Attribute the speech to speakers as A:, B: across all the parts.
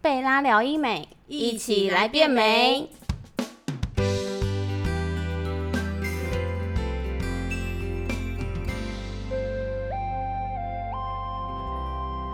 A: 贝拉聊医美，一起来变美。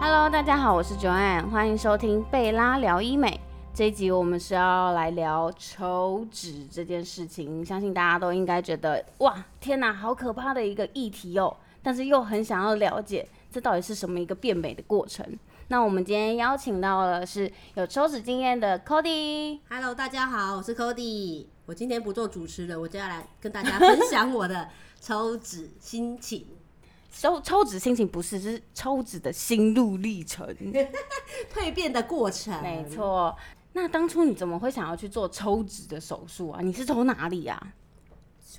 A: Hello，大家好，我是 Joanne，欢迎收听贝拉聊医美。这一集我们是要来聊抽脂这件事情，相信大家都应该觉得哇，天哪，好可怕的一个议题哦！但是又很想要了解这到底是什么一个变美的过程。那我们今天邀请到了是有抽脂经验的 Cody。
B: Hello，大家好，我是 Cody。我今天不做主持人，我就要来跟大家分享我的抽脂心情。
A: 抽抽脂心情不是，是抽脂的心路历程。
B: 蜕变的过程。
A: 没。错。那当初你怎么会想要去做抽脂的手术啊？你是从哪里啊？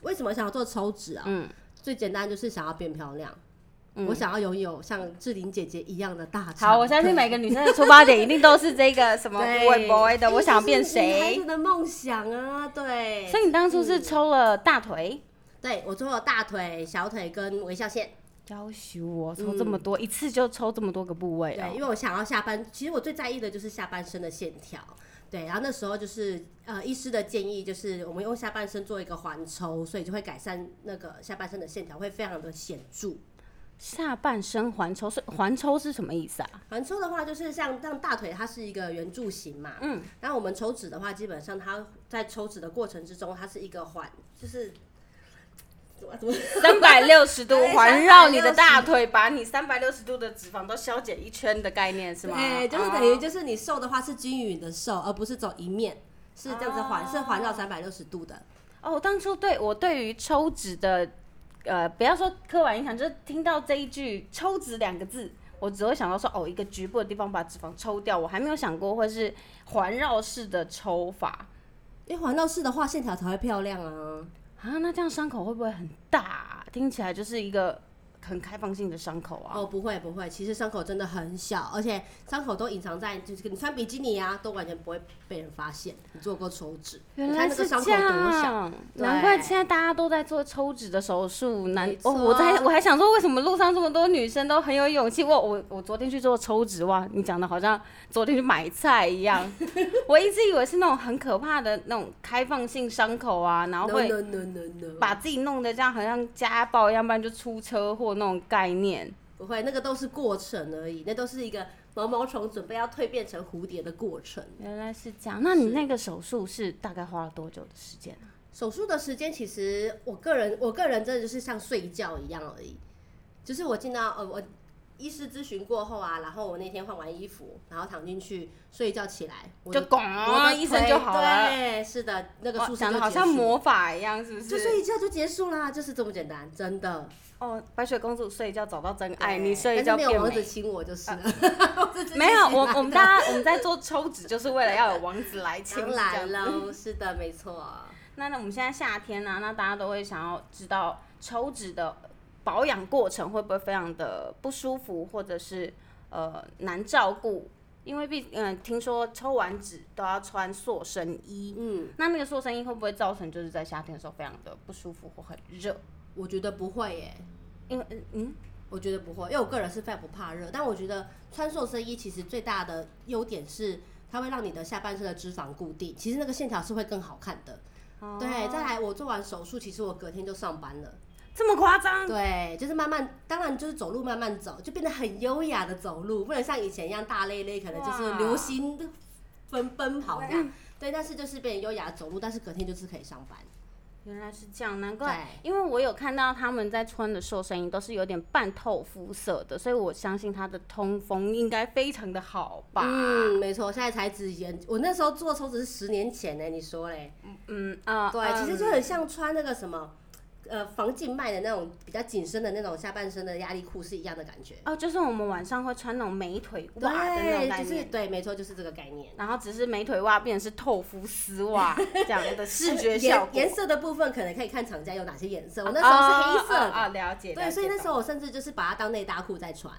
B: 为什么想要做抽脂啊？
A: 嗯
B: 最简单就是想要变漂亮。我想要拥有像志玲姐姐一样的大肠。
A: 好，我相信每个女生的出发点一定都是这个什么
B: 对
A: boy boy 的，我想要变
B: 这是女孩
A: 谁
B: 子。的梦想啊，对。
A: 所以你当初是抽了大腿，
B: 对我做了大腿、小腿跟微笑线。
A: 要求我抽这么多，一次就抽这么多个部位
B: 对，因
A: 哦。
B: 为我想要下半，其实我最在意的就是下半身的线条。对，然后那时候就是呃，医师的建议就是我们用下半身做一个环抽，所以就会改善那个下半身的线条，会非常的显著。
A: 下半身环抽是环抽是什么意思啊？
B: 环抽的话，就是像像大腿它是一个圆柱形嘛，嗯，然后我们抽脂的话，基本上它在抽脂的过程之中，它是一个环，就是怎么怎么
A: 三百六十 度
B: 对
A: 环绕你的大腿，把你三百六十度的脂肪都消减一圈的概念是吗？
B: 哎、就是等于
A: 哦
B: 就是你瘦的话是均匀的瘦，而不是走一面，是这样子环，是环绕三百六十度的。
A: 哦，我当初对我对于抽脂的，呃，不要说刻板印象，就是听到这一句“抽脂”两个字，我只会想到说，哦，一个局部的地方把脂肪抽掉，我还没有想过会是环绕式的抽法
B: 因为环绕式的话，线条才会漂亮啊。
A: 啊。那这样伤口会不会很大啊、听起来就是一个很开放性的伤口啊。
B: 哦，不会不会，其实伤口真的很小，而且伤口都隐藏在，就是你穿比基尼啊，都完全不会被人发现。你做过抽脂，
A: 原
B: 你
A: 来
B: 看那个
A: 是
B: 伤口
A: 这
B: 多小。
A: 样，
B: 对
A: 难怪现在大家都在做抽脂的手术。难
B: 没
A: 哦，
B: 错
A: 我在我还想说，为什么路上这么多女生都很有勇气？我我我昨天去做抽脂，哇，你讲的好像昨天去买菜一 样。我一直以为是那种很可怕的那种开放性伤口啊，然后
B: no
A: 会
B: no no no no，
A: 把自己弄得这样，好像家暴一样，不然就出车祸那种概念。
B: 不会，那个都是过程而已，那都是一个毛毛虫准备要蜕变成蝴蝶的过程。
A: 原来是这样。那你那个手术是大概花了多久的时间啊？
B: 手术的时间其实我个人我个人真的就是像睡觉一样而已，就是我进到呃我医师咨询过后啊，然后我那天换完衣服，然后躺进去睡一觉起来，我
A: 就
B: 的
A: 拱
B: 我的
A: 一声就好了。
B: 对，是的，那个
A: 哇
B: 术式
A: 讲
B: 就
A: 的好
B: 结
A: 像
B: 束
A: 魔法一样，是不是？
B: 就睡一觉就结束啦，就是这么简单，真的。
A: 哦，白雪公主睡一觉找到真爱，
B: 对
A: 哎你睡一觉
B: 但是
A: 变
B: 没有王
A: 美
B: 子。亲我就是了，我是
A: 没有，我我们
B: 家
A: 大家我们在做抽脂，就是为了要有王子来 亲。
B: 当
A: 这样
B: 然
A: 子
B: 喽，是的，没错。
A: 那那我们现在夏天呢、那大家都会想要知道抽脂的保养过程会不会非常的不舒服，或者是呃难照顾？因为毕嗯、听说抽完脂都要穿塑身衣，
B: 嗯，
A: 那那个塑身衣会不会造成就是在夏天的时候非常的不舒服或很热？
B: 我觉得不会耶，
A: 因为嗯嗯，
B: 我觉得不会，因为我个人是非常不怕热，但我觉得穿塑身衣其实最大的优点是它会让你的下半身的脂肪固定，其实那个线条是会更好看的。对，
A: 哦
B: 再来我做完手术，其实我隔天就上班了。
A: 这么夸张？
B: 对，就是慢慢，当然就是走路慢慢走，就变得很优雅的走路，不能像以前一样大累累，可能就是
A: 哇
B: 流星奔奔跑这样。对，但是就是变得优雅地走路，但是隔天就是可以上班。
A: 原来是这样，难怪，
B: 对，
A: 因为我有看到他们在穿的瘦身衣都是有点半透肤色的，所以我相信它的通风应该非常的好吧。嗯
B: 嗯，没错，现在才只研，我那时候做抽脂是十年前呢、你说嘞？
A: 嗯啊，
B: 对，其实就很像穿那个什么，呃，防静脉的那种比较紧身的那种下半身的压力裤是一样的感觉。
A: 哦，就是我们晚上会穿那种美腿袜的那种
B: 对，啊
A: 概
B: 就是
A: 念。
B: 对，没错，就是这个概念。
A: 然后只是美腿袜变成是透肤丝袜这样的视觉
B: 颜
A: 效果
B: 颜，色的部分可能可以看厂家有哪些颜色，我那时候是黑色
A: 啊，
B: 的。
A: 啊啊了解。
B: 对，所以那时
A: 候
B: 候我甚至就是把它当内搭裤在穿，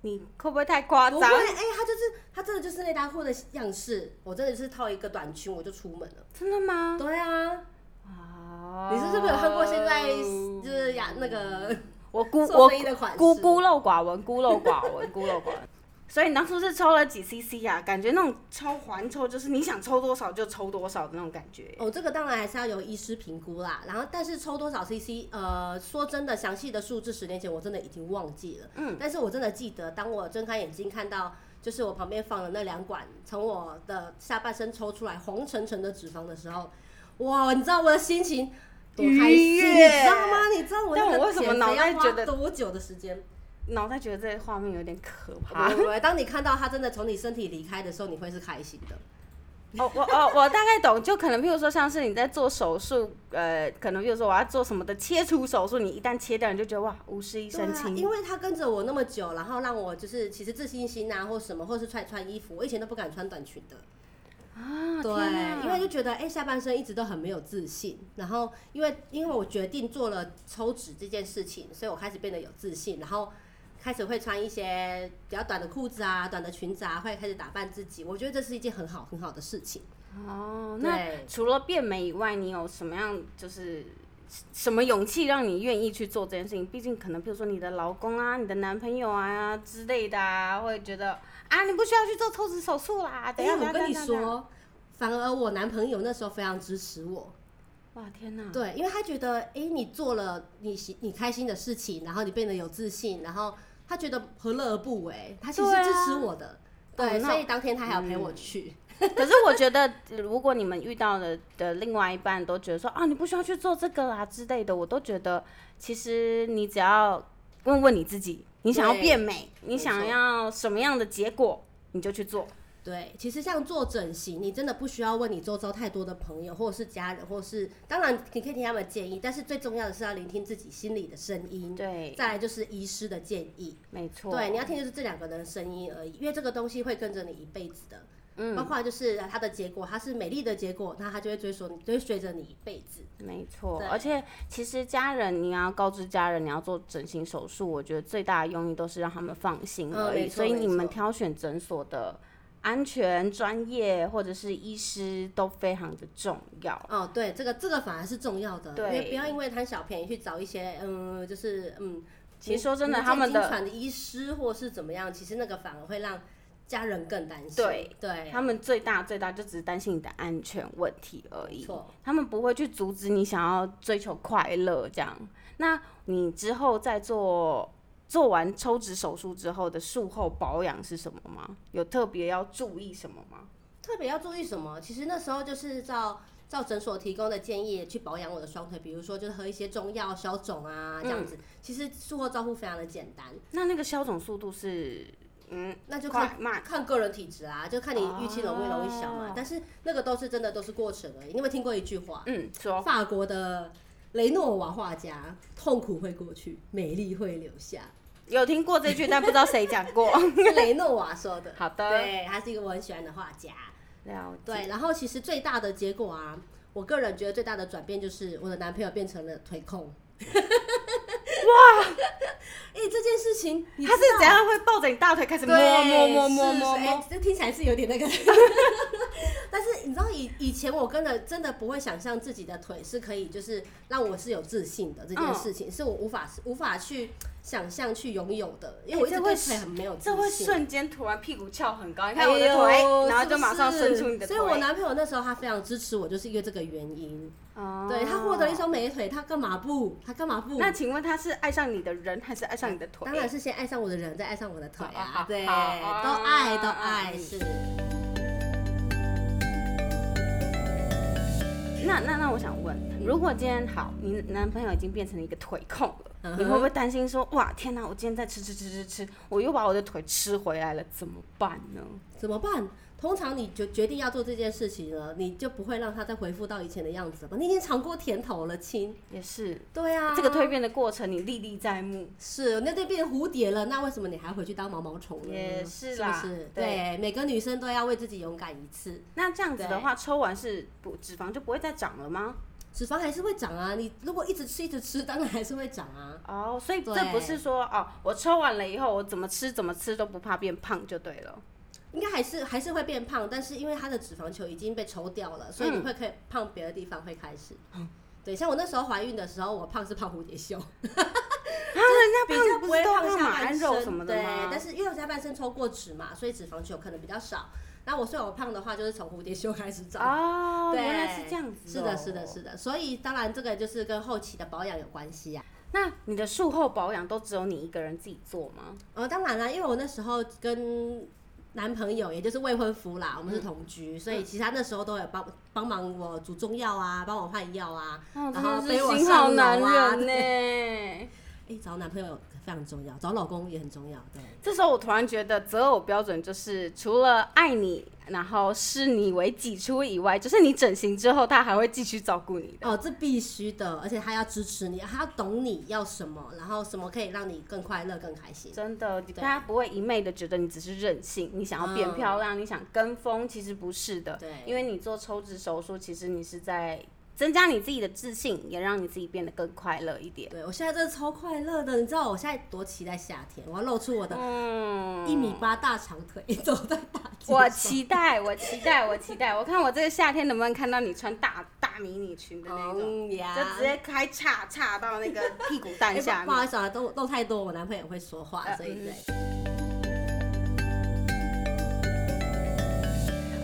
A: 你会不会太夸
B: 不
A: 张
B: 会，？哎、它就是它真的就是内搭裤的样式，我真的就是套一个短裙我就出门了。
A: 真的吗？
B: 对啊，
A: 哦
B: 你是不是有看过现在就是呀那个
A: 我孤
B: 塑
A: 我
B: 身衣的款式？
A: 孤孤陋寡闻，孤陋寡闻，孤陋寡闻。 所以你当初是抽了几 CC 啊？感觉那种抽环抽就是你想抽多少就抽多少的那种感觉。
B: 哦，这个当然还是要由医师评估啦。然后，但是抽多少 CC，呃，说真的，详细的数字十年前我真的已经忘记了。嗯，但是我真的记得，当我睁开眼睛看到，就是我旁边放的那两管从我的下半身抽出来黄澄澄的脂肪的时候，哇，你知道我的心情多开
A: 愉
B: 心，
A: 悦
B: 你知道吗？你知道我
A: 但
B: 那
A: 我
B: 个
A: 为什
B: 减
A: 么
B: 肥
A: 脑袋
B: 要花
A: 觉得
B: 多久的时间？
A: 脑袋觉得这个画面有点可怕。
B: 不不不当你看到它真的从你身体离开的时候，你会是开心的。
A: 哦，我哦，我大概懂，就可能譬如说像是你在做手术，呃，可能譬如说我要做什么的切除手术，你一旦切掉，你就觉得哇，无事一
B: 对
A: 身
B: 啊，
A: 轻。
B: 因为他跟着我那么久，然后让我就是其实自信心啊，或什么，或是穿穿衣服，我以前都不敢穿短裙的。
A: 啊天哪
B: 对，因为就觉得哎、下半身一直都很没有自信。然后因为因为我决定做了抽脂这件事情，所以我开始变得有自信，然后开始会穿一些比较短的裤子啊、短的裙子啊，会开始打扮自己。我觉得这是一件很好很好的事情。
A: 哦，那
B: 对，
A: 除了变美以外，你有什么样就是什么勇气让你愿意去做这件事情？毕竟可能譬如说你的老公啊、你的男朋友啊之类的啊，会觉得啊，你不需要去做抽脂手术啦。等
B: 哎、
A: 一下，
B: 我
A: 等
B: 跟
A: 一
B: 你
A: 下，等一下
B: 说，反而我男朋友那时候非常支持我。
A: 哇天哪！
B: 对，因为他觉得，哎、你做了你喜你开心的事情，然后你变得有自信，然后他觉得何乐而不为？他其实
A: 对啊
B: 支持我的，对,、
A: 哦那嗯
B: 所以当天他还要陪我去。
A: 可是我觉得，呃如果你们遇到的的另外一半都觉得说啊，你不需要去做这个啦之类的，我都觉得其实你只要问问你自己，你想要
B: 对
A: 变美，你
B: 没
A: 想
B: 错
A: 要什么样的结果，你就去做。
B: 对，其实像做整形，你真的不需要问你周遭太多的朋友，或者是家人，或是当然你可以听他们的建议，但是最重要的是要聆听自己心里的声音。
A: 对，
B: 再来就是医师的建议，
A: 没错。
B: 对，你要听就是这两个人的声音而已，因为这个东西会跟着你一辈子的。
A: 嗯
B: 包括就是它的结果，它是美丽的结果，那它就会追随你，就会随着你一辈子。
A: 没错，
B: 对
A: 而且其实家人，你要告知家人你要做整形手术，我觉得最大的用意都是让他们放心
B: 嗯
A: 而已。
B: 没错
A: 所以你们
B: 没错
A: 挑选诊所的安全、专业或者是医师都非常的重要。
B: 哦，对，这个这个反而是重要的，
A: 对
B: 因为不要因为贪小便宜去找一些嗯，就是嗯，
A: 其实说真的，
B: 民
A: 他们
B: 民间
A: 的
B: 经传的医师或是怎么样，其实那个反而会让家人更担心。
A: 对
B: 对，
A: 他们最大最大就只是担心你的安全问题而
B: 没
A: 已。
B: 错。
A: 他们不会去阻止你想要追求快乐这样。那你之后在做做完抽脂手术之后的术后保养是什么吗？有特别要注意什么吗？
B: 特别要注意什么？其实那时候就是照照诊所提供的建议去保养我的双腿，比如说就是喝一些中药消肿啊
A: 嗯
B: 这样子。其实术后照护非常的简单，
A: 那那个消肿速度是嗯
B: 那就看
A: 快慢
B: 看个人体质啊，就看你预期容易容易小嘛。
A: 哦
B: 但是那个都是真的都是过程而已。你有没有听过一句话？
A: 嗯说
B: 法国的雷诺瓦画家：痛苦会过去，美丽会留 下。
A: 有听过这句，但不知道谁讲过。
B: 是雷诺瓦说的。
A: 好的，
B: 对，他是一个我很喜欢的画家。
A: 了解。
B: 对，然后其实最大的结果啊，我个人觉得最大的转变就是我的男朋友变成了腿控。哇！ 哎、这件事情你
A: 他是怎样会抱着你大腿开始摸摸摸摸摸
B: 哎、
A: 摸？
B: 这听起来是有点那个。 但是你知道以以前我真的真的不会想象自己的腿是可以，就是让我是有自信的这
A: 嗯
B: 件事情，是我无法无法去想象去拥有的，因为我一
A: 哎
B: 直
A: 这会
B: 对腿很没有自
A: 这
B: 信。
A: 会瞬间突然屁股翘很高，你
B: 哎
A: 看我的
B: 呦
A: 腿，然后
B: 是
A: 就
B: 不
A: 马上
B: 是
A: 伸出你的腿。
B: 所以我男朋友那时候他非常支持我，就是因为这个原因。
A: 哦
B: 对他获得一双美腿，他干嘛不？他干嘛不？
A: 那请问他是爱上你的人，还是爱上你的腿？
B: 当然是先爱上我的人，再爱上我的腿
A: 好 好
B: 啊！对，都
A: 好啊
B: 爱都爱
A: 嗯
B: 是。
A: 那那那我想问，如果今天好，你男朋友已经变成了一个腿控了，
B: 嗯哼
A: 你会不会担心说，哇，天哪，我今天在吃吃吃吃吃，我又把我的腿吃回来了，怎么办呢？
B: 怎么办？通常你决决定要做这件事情了，你就不会让它再恢复到以前的样子了吧？你已经尝过甜头了，亲。
A: 也是，
B: 对啊，
A: 这个蜕变的过程你历历在目。
B: 是那就变成蝴蝶了，那为什么你还回去当毛毛虫呢？
A: 也是
B: 是不
A: 啦
B: 是？
A: 对
B: 对，每个女生都要为自己勇敢一次。
A: 那这样子的话，抽完是不脂肪就不会再长了吗？
B: 脂肪还是会长啊，你如果一直吃一直吃，当然还是会长啊。
A: 哦，所以
B: 对
A: 这不是说哦，我抽完了以后，我怎么吃怎么吃都不怕变胖就对了。
B: 应该还是还是会变胖，但是因为它的脂肪球已经被抽掉了，所以你
A: 嗯
B: 会可以胖别的地方会开始。对，像我那时候怀孕的时候，我胖是胖蝴蝶袖，
A: 啊，人家较
B: 比
A: 胖的
B: 较
A: 不
B: 不
A: 是
B: 会
A: 都
B: 胖
A: 要
B: 下
A: 马
B: 半
A: 鞍
B: 身，
A: 肉什么的
B: 对
A: 吗，
B: 但是因为我下半身抽过脂嘛，所以脂肪球可能比较少。那我虽然我胖的话，就是从蝴蝶袖开始长。
A: 哦，
B: 对，
A: 原来是这样子、哦
B: 是的，是的，是。的。所以当然这个就是跟后期的保养有关系啊。
A: 那你的术后保养都只有你一个人自己做吗？
B: 呃，当然啦，因为我那时候跟男朋友，也就是未婚夫啦，我们是
A: 嗯
B: 同居，所以其实他那时候都有帮帮忙我煮中药啊，帮我换药啊。
A: 哦，真的
B: 然后
A: 是
B: 背我
A: 心好
B: 上
A: 男
B: 楼啊
A: 人呢、
B: 哎、找男朋友非常重要，找老公也很重要，对。
A: 这时候我突然觉得择偶标准就是除了爱你，然后视你为己出以外，就是你整形之后他还会继续照顾你的。
B: 哦，这必须的，而且他要支持你，他要懂你要什么，然后什么可以让你更快乐、更开心。
A: 真的，你他不会一昧的觉得你只是任性，你想要变
B: 嗯
A: 漂亮，你想跟风，其实不是的。
B: 对
A: 因为你做抽脂手术，其实你是在增加你自己的自信，也让你自己变得更快乐一点。
B: 对我现在真的超快乐的，你知道我现在多期待夏天，我要露出我的
A: 嗯，
B: 一米八大长腿， 走在大街
A: 我
B: 上。
A: 期待，我期待，我期待，我看我这个夏天能不能看到你穿大大迷你裙的那种。
B: 嗯呀
A: 就直接开叉叉到那个屁股蛋
B: 哎
A: 下
B: 不不好
A: 面。
B: 意思啊，露露太多，我男朋友会说话，
A: 呃
B: 所以对。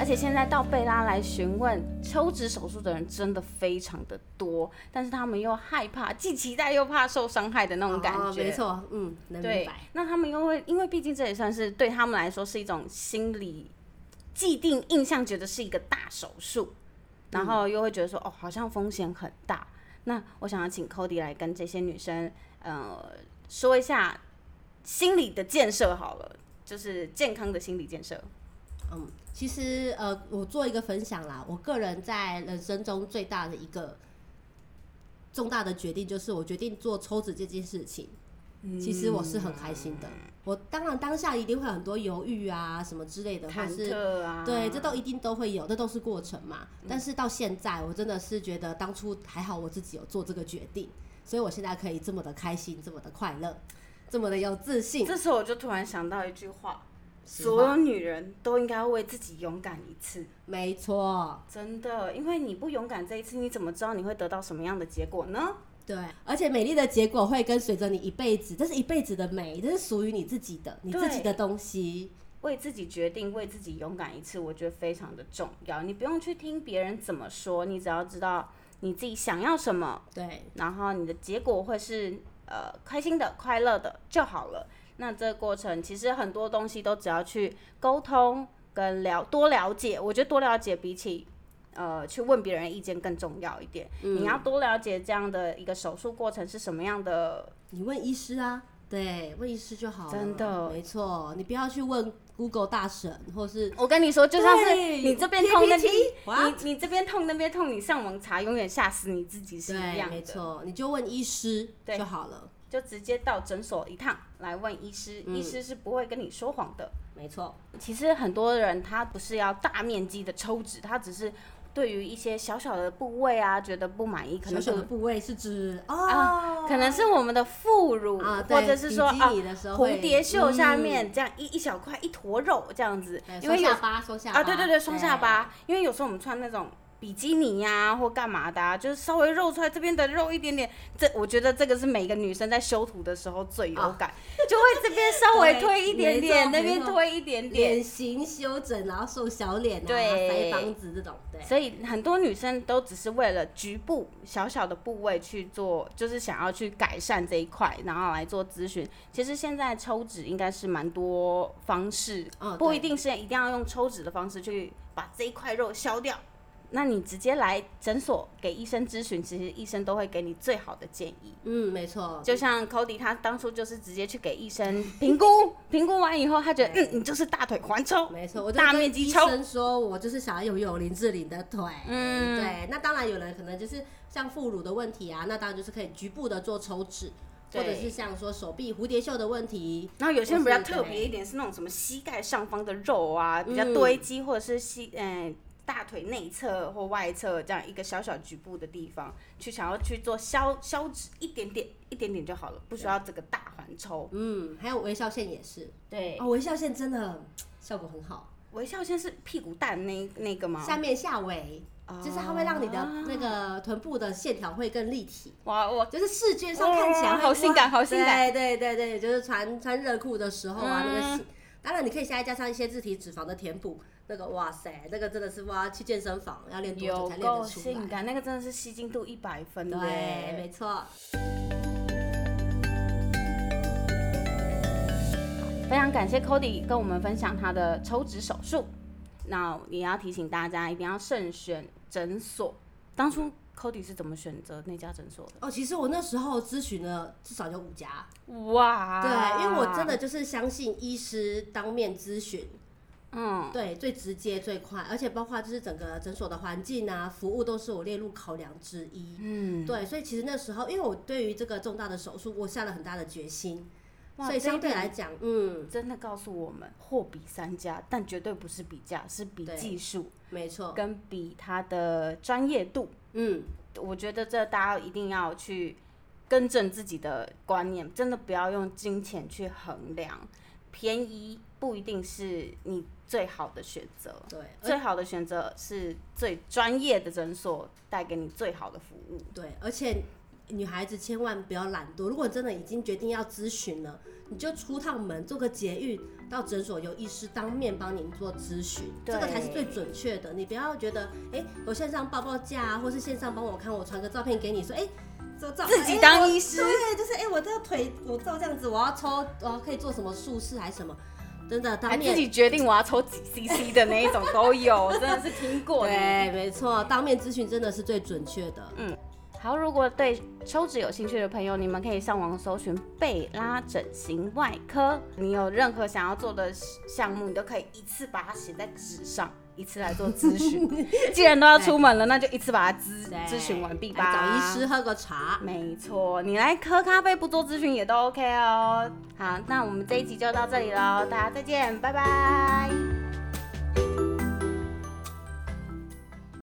A: 而且现在到贝拉来询问抽脂手术的人真的非常的多，但是他们又害怕，既期待又怕受伤害的那种感
B: 哦
A: 觉。
B: 没错，嗯，能明
A: 对
B: 白。，
A: 那他们又会，因为毕竟这也算是对他们来说是一种心理既定印象，觉得是一个大手
B: 嗯
A: 术，然后又会觉得说，哦，好像风险很大。那我想要请 Cody 来跟这些女生，呃，说一下心理的建设好了，就是健康的心理建设。
B: 嗯，其实呃，我做一个分享啦，我个人在人生中最大的一个重大的决定，就是我决定做抽脂这件事情。
A: 嗯
B: 其实我是很开心的，我当然当下一定会有很多犹豫啊什么之类的，
A: 嗯
B: 或
A: 忐
B: 者是
A: 忑啊，嗯
B: 对，这都一定都会有，这都是过程嘛。但是到现在，我真的是觉得当初还好我自己有做这个决定，所以我现在可以这么的开心，这么的快乐，这么的有自信。
A: 这时候我就突然想到一句话：
B: 实话
A: 所有女人都应该为自己勇敢一次。
B: 没错，
A: 真的，因为你不勇敢这一次，你怎么知道你会得到什么样的结果呢？
B: 对，而且美丽的结果会跟随着你一辈子，这是一辈子的美，这是属于你自己的，你自己的东西。
A: 为自己决定，为自己勇敢一次，我觉得非常的重要。你不用去听别人怎么说，你只要知道你自己想要什么，
B: 对，
A: 然后你的结果会是呃开心的、快乐的就好了。那这个过程其实很多东西都只要去沟通跟了多了解，我觉得多了解比起呃去问别人意见更重要一点。你要多了解这样的一个手术过程是什么样的
B: 你问医师啊，对，问医师就好了。
A: 真的
B: 没错，你不要去问 Google 大神，或是
A: 我跟你说，就像是
B: 对
A: 你这边痛那边
B: PPT，what？
A: 你你这边痛那边痛，你上网查永远吓死你自己是一
B: 对，
A: 样
B: 没
A: 的。
B: 错，你就问医师
A: 对
B: 就好了。
A: 就直接到诊所一趟来问医师，
B: 嗯
A: 医师是不会跟你说谎的。
B: 没错，
A: 其实很多人他不是要大面积的抽脂，他只是对于一些小小的部位啊觉得不满意，可
B: 小
A: 能是啊
B: 小的部位是指哦，
A: 可能是我们的副乳，
B: 啊，对
A: 或者是说
B: 比
A: 啊
B: 基尼的时候会
A: 蝴蝶袖下
B: 嗯
A: 面这样一一小块一坨肉这样子
B: 对，
A: 因为
B: 双
A: 有
B: 下巴，双下巴
A: 啊，对对对，双下。巴，因为有时候我们穿那种比基尼呀、或干嘛的、啊，就是稍微露出来这边的肉一点点，这我觉得这个是每个女生在修图的时候最有感，就会这边稍微
B: 啊 对
A: 推一点
B: 没错
A: 点，那
B: 没
A: 边
B: 错
A: 推一点点。
B: 脸型修整，然后瘦小脸啊，
A: 对
B: 腮帮子这种，对，
A: 所以很多女生都只是为了局部小小的部位去做，就是想要去改善这一块，然后来做咨询。其实现在抽脂应该是蛮多方式
B: 哦
A: 不
B: 对
A: 一定是一定要用抽脂的方式去把这一块肉消掉。那你直接来诊所给医生咨询，其实医生都会给你最好的建议。
B: 嗯，没错，
A: 就像 Cody 他当初就是直接去给医生评 估，评估完以后他觉得，嗯，你就是大腿环抽，
B: 没错，我就
A: 大
B: 跟
A: 面积
B: 医
A: 抽，
B: 生说，我就是想要拥有林志玲的腿。
A: 嗯
B: 对。那当然有人可能就是像副乳的问题啊，那当然就是可以局部的做抽脂，
A: 对
B: 或者是像说手臂蝴蝶袖的问题。
A: 然后有些人比较
B: 就是嗯
A: 特别一点，是那种什么膝盖上方的肉啊，比较堆积，或者是膝嗯、大腿内侧或外侧这样一个小小局部的地方，去想要去做消消脂一点点一点点就好了，不需要这个大环抽。
B: 嗯，还有微笑线也是。
A: 对，
B: 哦，微笑线真的效果很好，
A: 微笑线是屁股蛋那那个吗？啊
B: 下面下围。就是它会让你的那个臀部的线条会更立体，
A: 哇，我
B: 就是视觉上看起来
A: 哦哇好性感好性感。嗯
B: 对对对对，就是穿穿热裤的时候啊，那个细当然你可以现在加上一些自体脂肪的填补，那个哇塞，那个真的是哇，去健身房要练多久
A: 有
B: 才练
A: 够
B: 得出
A: 性
B: 来？
A: 感，那个真的是吸睛度一百分
B: 对，
A: 耶
B: 没错。
A: 非常感谢 Cody 跟我们分享他的抽脂手术。那也要提醒大家，一定要慎选诊所。当初 Cody 是怎么选择那家诊所的？
B: 哦，其实我那时候咨询了至少有五家，
A: 哇
B: 对，因为我真的就是相信医师当面咨询，
A: 嗯，
B: 对，最直接最快，而且包括就是整个诊所的环境啊、服务都是我列入考量之一。嗯，对，所以其实那时候，因为我对于这个重大的手术，我下了很大的决心，
A: 哇
B: 所以
A: 这一
B: 相对
A: 点
B: 来讲，嗯，
A: 真的告诉我们，货比三家，但绝对不是比价，是比
B: 对
A: 技术
B: 没错，
A: 跟比他的专业度。
B: 嗯，
A: 我觉得这大家一定要去更正自己的观念，真的不要用金钱去衡量，便宜不一定是你最好的选择。
B: 对，而
A: 最好的选择是最专业的诊所带给你最好的服务。
B: 对，而且女孩子千万不要懒惰，如果真的已经决定要咨询了，你就出趟门，做个捷运到诊所，由医师当面帮您做咨询，这
A: 对
B: 个才是最准确的。你不要觉得，哎，我线上报报价啊，或是线上帮我看，我传个照片给你，说，哎。做照
A: 自己
B: 哎
A: 当
B: 我
A: 医师
B: 对，就是哎、我这个腿我照这样子，我要抽，我要可以做什么术式还是什么，真的当
A: 还自
B: 面
A: 己决定我要抽几 CC 的那一种都 有，真的是听过的。
B: 对，没错，当面咨询真的是最准确的。
A: 好，如果对抽脂有兴趣的朋友，你们可以上网搜寻贝拉整形外科。你有任何想要做的项目，你都可以一次把它写在纸上，一次来做咨 询。既然都要出门了，那就一次把它咨
B: 对
A: 咨询完毕
B: 来
A: 吧。
B: 哎找医师。喝个茶，
A: 没错，你来喝咖啡不做咨询也都 OK 哦。好，那我们这一集就到这里喽，大家再见，拜拜。